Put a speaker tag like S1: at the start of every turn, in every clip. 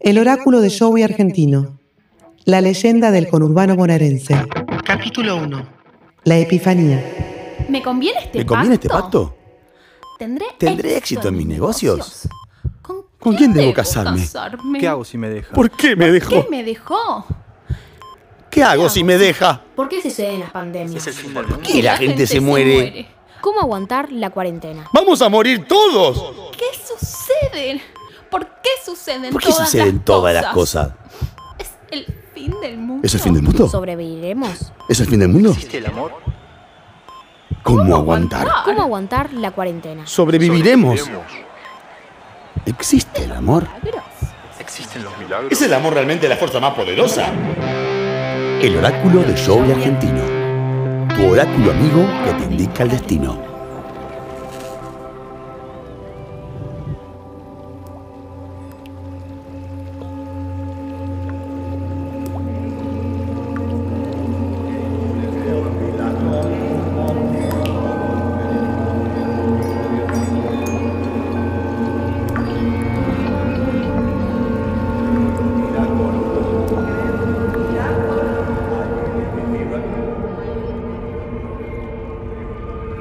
S1: El oráculo de Joey argentino. La leyenda del conurbano bonaerense. Capítulo 1. La Epifanía.
S2: ¿Me conviene este
S3: ¿Me conviene este pacto?
S2: ¿Tendré,
S3: ¿Tendré éxito en mis negocios?
S2: ¿Con,
S3: ¿Con quién debo casarme?
S2: casarme?
S4: ¿Qué hago si me deja?
S3: ¿Por qué me
S2: ¿Qué
S3: dejó?
S2: me dejó?
S3: ¿Qué hago si me deja?
S5: ¿Por qué suceden las pandemias?
S3: ¿Por qué la gente se muere?
S5: ¿Cómo aguantar la cuarentena?
S3: ¡Vamos a morir todos!
S2: ¿Qué sucede? ¿Por qué suceden
S3: ¿Por qué
S2: todas
S3: suceden
S2: las
S3: todas las
S2: cosas?
S3: cosas?
S2: ¿Es el fin del mundo?
S3: ¿Es el fin del mundo?
S5: ¿Sobreviviremos?
S3: ¿Es el fin del mundo?
S4: el amor?
S3: ¿Cómo aguantar?
S5: ¿Cómo aguantar la cuarentena?
S3: ¿Sobreviviremos? ¿Existe el amor?
S4: Existen los
S3: ¿Es el amor realmente la fuerza más poderosa? El oráculo de Joey Argentino. Tu oráculo amigo que te indica el destino.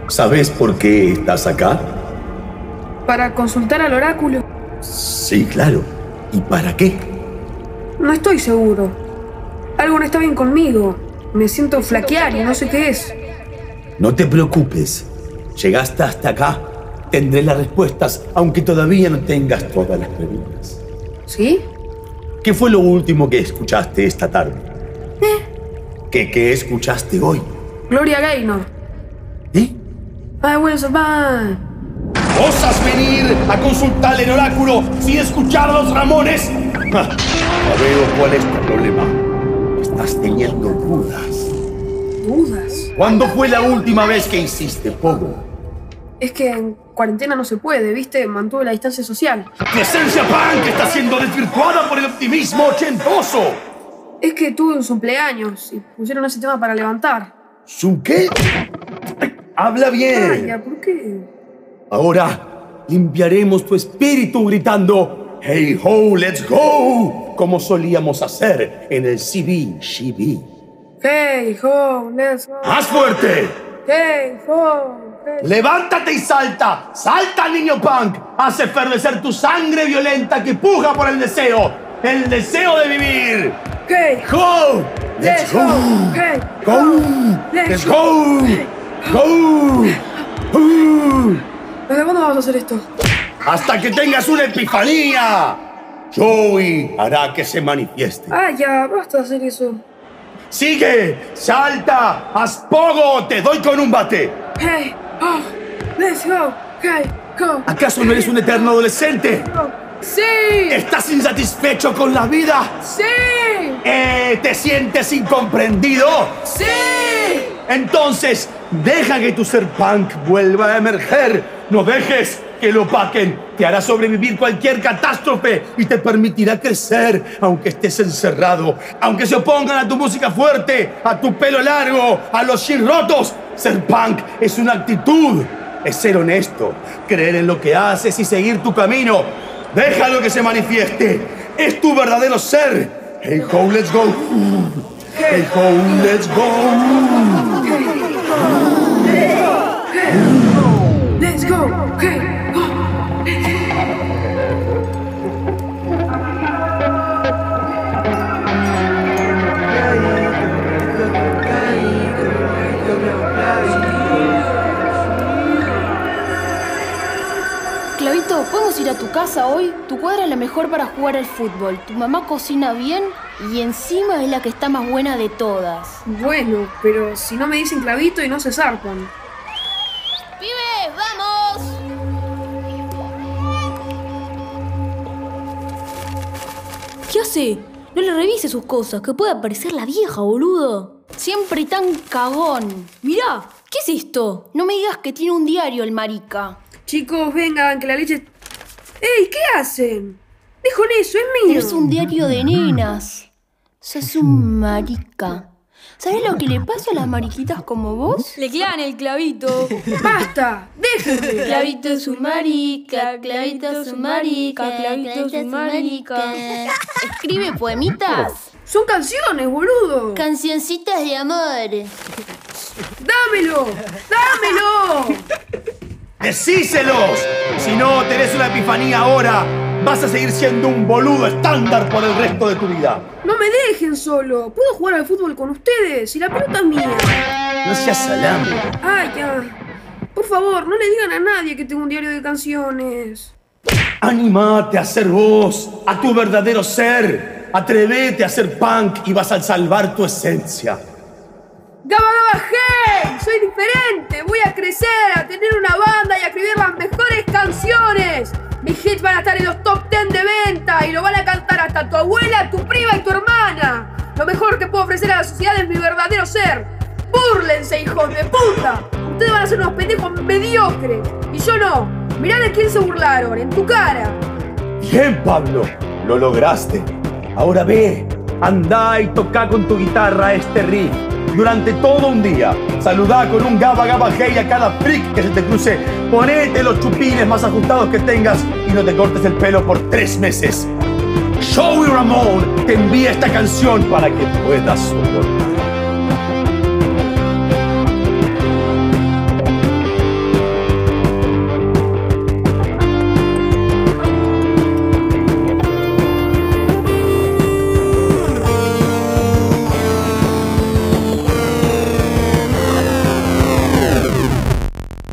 S3: ¿Sabes por qué estás acá?
S6: Para consultar al oráculo.
S3: Sí, claro. ¿Y para qué?
S6: No estoy seguro. Algo no está bien conmigo. Me siento flaquear y no sé qué es.
S3: No te preocupes. Llegaste hasta acá. Tendré las respuestas, aunque todavía no tengas todas las preguntas.
S6: ¿Sí?
S3: ¿Qué fue lo último que escuchaste esta tarde? ¿Qué, qué escuchaste hoy?
S6: Gloria Gaynor.
S3: ¿Eh?
S6: I will survive.
S3: ¿Osas venir a consultar el oráculo sin escuchar a los Ramones? Ja, ya veo cuál es tu problema. Estás teniendo dudas.
S6: Dudas.
S3: ¿Cuándo fue la última vez que hiciste pogo?
S6: Es que en cuarentena no se puede, ¿viste? Mantuve la distancia social.
S3: ¡Tu esencia punk está siendo desvirtuada por el optimismo ochentoso!
S6: Es que tuve un cumpleaños y pusieron ese tema para levantar.
S3: ¿Su qué? ¡Habla bien!
S6: Vaya, ¿por qué?
S3: Ahora limpiaremos tu espíritu gritando Hey ho, let's go, como solíamos hacer en el CB CB.
S6: Hey, ho, let's go.
S3: ¡Más fuerte!
S6: Hey, ho, hey.
S3: ¡Levántate y salta! ¡Salta, niño punk! ¡Haz efervecer tu sangre violenta que puja por el deseo! ¡El deseo de vivir!
S6: Hey,
S3: ¡Go! ¡Let's go!
S6: Hey,
S3: ¡Go! ¡Let's go! ¡Go! ¡Go!
S6: ¿Desde cuándo vamos a hacer esto?
S3: ¡Hasta que tengas una epifanía! Joey hará que se manifieste.
S6: Ah, ya, basta de hacer eso.
S3: ¡Sigue! ¡Salta! ¡Haz pogo! ¡Te doy con un bate!
S6: Hey, oh, let's go. Hey, go.
S3: ¿Acaso no eres un eterno adolescente?
S6: go. Sí,
S3: ¿Estás insatisfecho con la vida?
S6: sí,
S3: Eh, ¿Te sientes incomprendido?
S6: sí.
S3: Entonces, deja que tu ser punk vuelva a emerger. No dejes que lo paquen. Te hará sobrevivir cualquier catástrofe y te permitirá crecer, aunque estés encerrado, aunque se opongan a tu música fuerte, a tu pelo largo, a los jeans rotos. Ser punk es una actitud, es ser honesto, creer en lo que haces y seguir tu camino. Déjalo que se manifieste. Es tu verdadero ser. Hey ho, let's go. Hey ho, let's go.
S6: Let's go. Hey, oh.
S2: Clavito, ¿podemos ir a tu casa hoy? Tu cuadra es la mejor para jugar al fútbol. Tu mamá cocina bien y encima es la que está más buena de todas.
S6: Bueno, pero si no me dicen clavito y no se zarpan.
S2: ¡Pibes, vamos!
S7: ¿Qué hace? No le revise sus cosas, que puede aparecer la vieja, boludo.
S2: Siempre tan cagón.
S7: Mirá, ¿qué es esto?
S2: No me digas que tiene un diario el marica.
S6: Chicos, vengan, que la leche. ¡Ey, qué hacen? Dejo eso, es mío.
S2: Tenés un diario de nenas. Sos un marica. ¿Sabes lo que le pasa a las mariquitas como vos?
S7: Le clavan el clavito.
S6: ¡Basta! ¡Déjenme!
S7: Clavito es un marica, clavito es un marica, clavito es un marica.
S2: Escribe poemitas.
S6: Son canciones, boludo.
S2: Cancioncitas de amor.
S6: ¡Dámelo! ¡Dámelo!
S3: ¡Decíselos! Si no tenés una epifanía ahora, vas a seguir siendo un boludo estándar por el resto de tu vida.
S6: No me dejen solo. Puedo jugar al fútbol con ustedes y la pelota es mía.
S3: No seas salame.
S6: Ay, ya. Por favor, no le digan a nadie que tengo un diario de canciones.
S3: Animate a ser vos, a tu verdadero ser. Atrevete a ser punk y vas a salvar tu esencia.
S6: ¡Gaba Gaba Hey! ¡Soy diferente! Voy a crecer, a tener una banda y a escribir las mejores canciones. Mis hits van a estar en los top 10 de venta y lo van a cantar hasta tu abuela, tu prima y tu hermana. Lo mejor que puedo ofrecer a la sociedad es mi verdadero ser. ¡Búrlense, hijos de puta! Ustedes van a ser unos pendejos mediocres. Y yo no. Mirá de quién se burlaron, en tu cara.
S3: Bien, Pablo, lo lograste. Ahora ve, anda y toca con tu guitarra este riff. Durante todo un día, saludá con un gaba gaba hey a cada freak que se te cruce. Ponete los chupines más ajustados que tengas y no te cortes el pelo por tres meses. Joey Ramón te envía esta canción para que puedas soportar.